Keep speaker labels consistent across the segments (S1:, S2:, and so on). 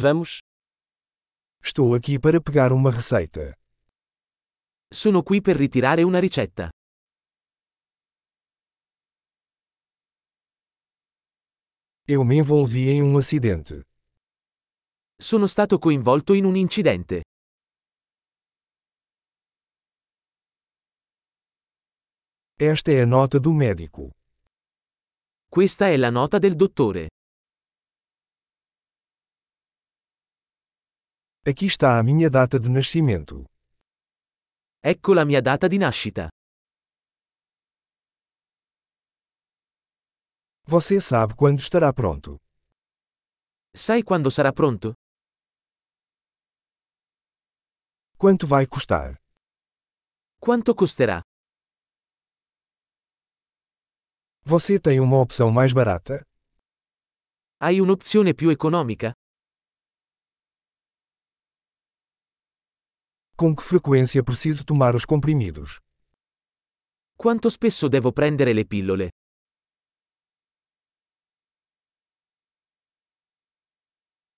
S1: Vamos.
S2: Estou aqui para pegar uma receita.
S1: Sono qui per ritirare una ricetta.
S2: Eu me envolvi em um acidente.
S1: Sono stato coinvolto in un incidente.
S2: Esta é a nota do médico.
S1: Questa è la nota del dottore.
S2: Aqui está a minha data de nascimento.
S1: Ecco la mia data di nascita.
S2: Você sabe quando estará pronto.
S1: Sai quando sarà pronto?
S2: Quanto vai custar?
S1: Quanto costerà?
S2: Você tem uma opção mais barata?
S1: Hai un'opzione più economica?
S2: Com que frequência preciso tomar os comprimidos?
S1: Quanto spesso devo prendere le pillole?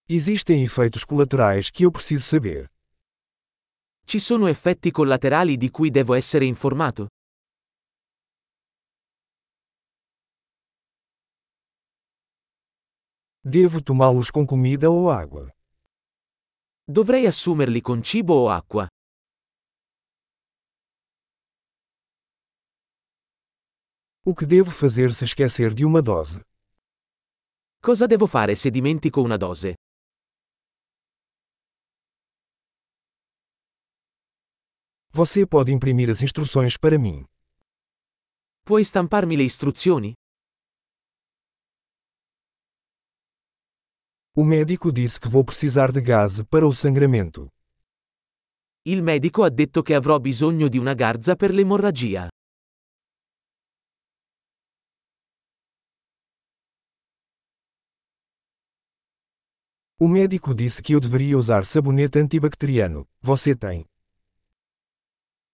S2: Existem efeitos colaterais que eu preciso saber.
S1: Ci sono effetti collaterali di cui devo essere informato?
S2: Devo tomá-los com comida ou água?
S1: Dovrei assumerli con cibo o acqua?
S2: O que devo fazer se esquecer de uma dose?
S1: Cosa devo fare se dimentico una dose?
S2: Você pode imprimir as instruções para mim.
S1: Puoi stamparmi le istruzioni?
S2: O médico disse que vou precisar de gás para o sangramento.
S1: Il medico ha detto che avrò bisogno di una garza per l'emorragia.
S2: O médico disse que eu deveria usar sabonete antibacteriano. Você tem?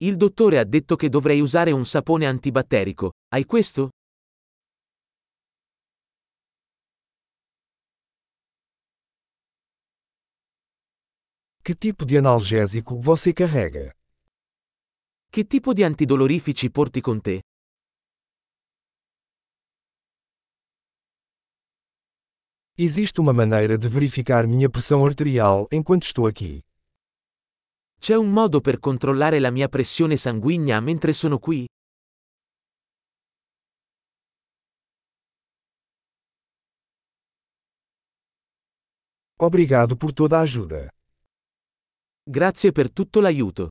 S1: Il dottore ha detto che dovrei usare un sapone antibatterico. Hai questo?
S2: Que tipo de analgésico você carrega?
S1: Che tipo di antidolorifici porti con te?
S2: Existe uma maneira de verificar minha pressão arterial enquanto estou aqui.
S1: C'è un modo per controllare la mia pressione sanguigna mentre sono qui?
S2: Obrigado por toda a ajuda.
S1: Grazie per tutto l'aiuto.